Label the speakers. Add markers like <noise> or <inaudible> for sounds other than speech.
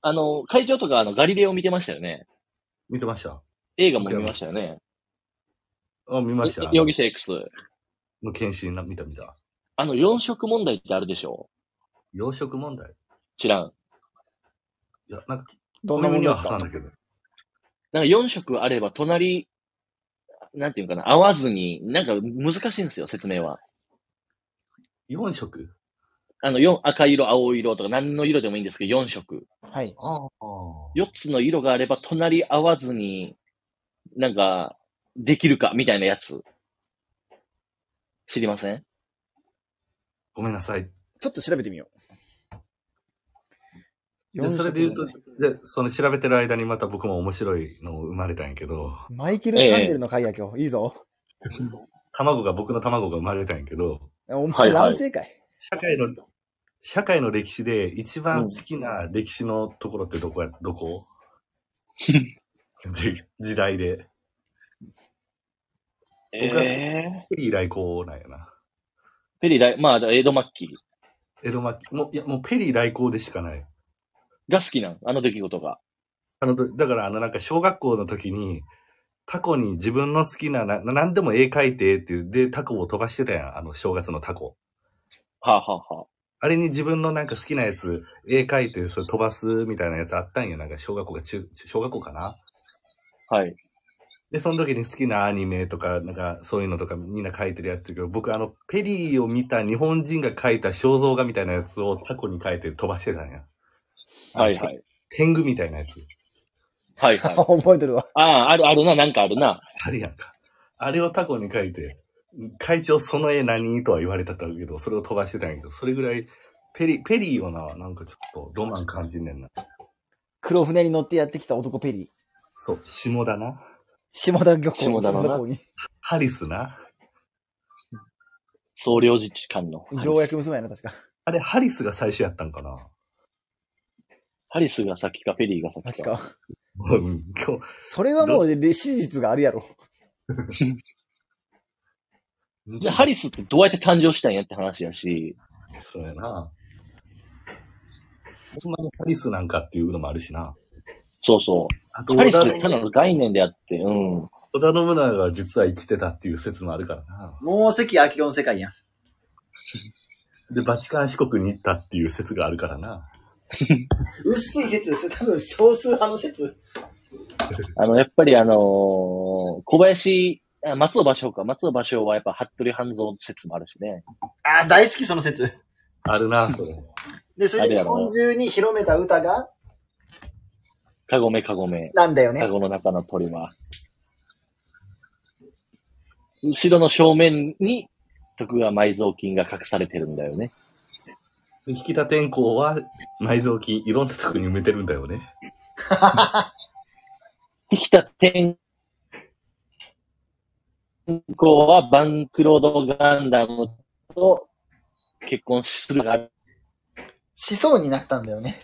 Speaker 1: あの、会長とかあの、ガリレオ見てましたよね。
Speaker 2: 見てました。
Speaker 1: 映画も見ましたよね。
Speaker 2: あ、見ました。
Speaker 1: 容疑者 X。
Speaker 2: の検診な、見た見た。
Speaker 1: あの、養殖問題ってあるでしょ
Speaker 2: 養殖問題
Speaker 1: 知らん。
Speaker 2: いや、なんか、
Speaker 3: どんなもの
Speaker 2: に
Speaker 3: で
Speaker 2: は
Speaker 3: す
Speaker 2: 挟
Speaker 3: か
Speaker 2: んだけど。
Speaker 1: なんか4色あれば隣、なんていうのかな、合わずに、なんか難しいんですよ、説明は。
Speaker 2: 4色
Speaker 1: あの、四赤色、青色とか何の色でもいいんですけど、4色。
Speaker 3: はい。
Speaker 2: ああ。
Speaker 1: 4つの色があれば隣合わずに、なんか、できるか、みたいなやつ。知りません
Speaker 2: ごめんなさい。
Speaker 3: ちょっと調べてみよう。
Speaker 2: で、それで言うと、
Speaker 3: 四
Speaker 2: で
Speaker 3: 色、
Speaker 2: その調べてる間にまた僕も面白いの生まれたんやけ
Speaker 3: <laughs>
Speaker 2: ど、
Speaker 3: のねマイケル・サンデルの回や今日。いいぞ。
Speaker 2: 卵が、僕の卵が生まれたんやけど、
Speaker 3: お
Speaker 1: は
Speaker 3: 前、
Speaker 1: いはい
Speaker 3: 乱世界。
Speaker 2: 社会の、社会の歴史で一番好きな歴史のところってどこや、どこで時代で。僕は
Speaker 1: え
Speaker 2: ペリー来航なんやな。
Speaker 1: ー、ペリー来、まあ、江戸末期
Speaker 2: 江戸末期、もう、いや、もうペリー来航でしかない。
Speaker 1: が好きなん、あの出来事が。
Speaker 2: あの、どだから、あの、なんか、小学校の時に、タコに自分の好きな、な、なんでも絵描いてっていう、で、タコを飛ばしてたやん、あの、正月のタコ。
Speaker 1: はあ、はあはあ、
Speaker 2: あれに自分のなんか好きなやつ、絵描いて、それ飛ばすみたいなやつあったんよ。なんか、小学校が中、中小学校かな
Speaker 1: はい。
Speaker 2: で、その時に好きなアニメとか、なんか、そういうのとかみんな描いてるやつだけど、僕、あの、ペリーを見た日本人が描いた肖像画みたいなやつをタコに描いて飛ばしてたんや。
Speaker 1: はい、はい。
Speaker 2: 天狗みたいなやつ。
Speaker 1: はい、 <laughs> はい。
Speaker 3: <laughs> 覚えてるわ。
Speaker 1: ああ、ある、あるな、なんかあるな。
Speaker 2: あれやんか。あれをタコに書いて、会長その絵何とは言われたったけど、それを飛ばしてたんやけど、それぐらい、ペリ、ペリーをな、なんかちょっとロマン感じんねんな。
Speaker 3: 黒船に乗ってやってきた男ペリー。
Speaker 2: そう、下だな。
Speaker 3: 下田漁港
Speaker 1: 下田のな
Speaker 3: に。
Speaker 2: ハリスな。
Speaker 1: 総領事館の。
Speaker 3: 条約結ばやな、確か。
Speaker 2: あれ、ハリスが最初やったんかな。
Speaker 1: ハリスが先か、ペリーが先か。
Speaker 3: 確か。
Speaker 2: うん今日、
Speaker 3: それはもう、史実があるやろ。
Speaker 1: じゃあハリスってどうやって誕生したんやって話やし、
Speaker 2: そうやな。ほんまにハリスなんかっていうのもあるしな。
Speaker 1: そうそ
Speaker 2: あと、
Speaker 1: う。ハ
Speaker 2: 織
Speaker 1: リス
Speaker 2: 田
Speaker 1: って
Speaker 2: 織
Speaker 1: ただの概念であって、うん。
Speaker 2: 田信長が実は生きてたっていう説もあるからな。
Speaker 4: もう関明夫の世界やん。
Speaker 2: で、バチカン四国に行ったっていう説があるからな。
Speaker 4: 薄い説ですよ。多分少数派の説。
Speaker 1: あの、やっぱりあのー小林、あ松尾芭蕉か。松尾芭蕉はやっぱ、服部半蔵説もあるしね。
Speaker 4: ああ、大好きその説。
Speaker 2: あるな、それ。
Speaker 4: で、それで日本中に広めた歌が、
Speaker 1: かごめかごめ。
Speaker 4: なんだよね
Speaker 1: か。ごの中の鳥は。後ろの正面に、徳川埋蔵金が隠されてるんだよね。
Speaker 2: で引田天功は埋蔵金いろんなとこに埋めてるんだよね。
Speaker 1: 生きた天候はバンクロードガンダムと結婚するがある
Speaker 4: しそうになったんだよね。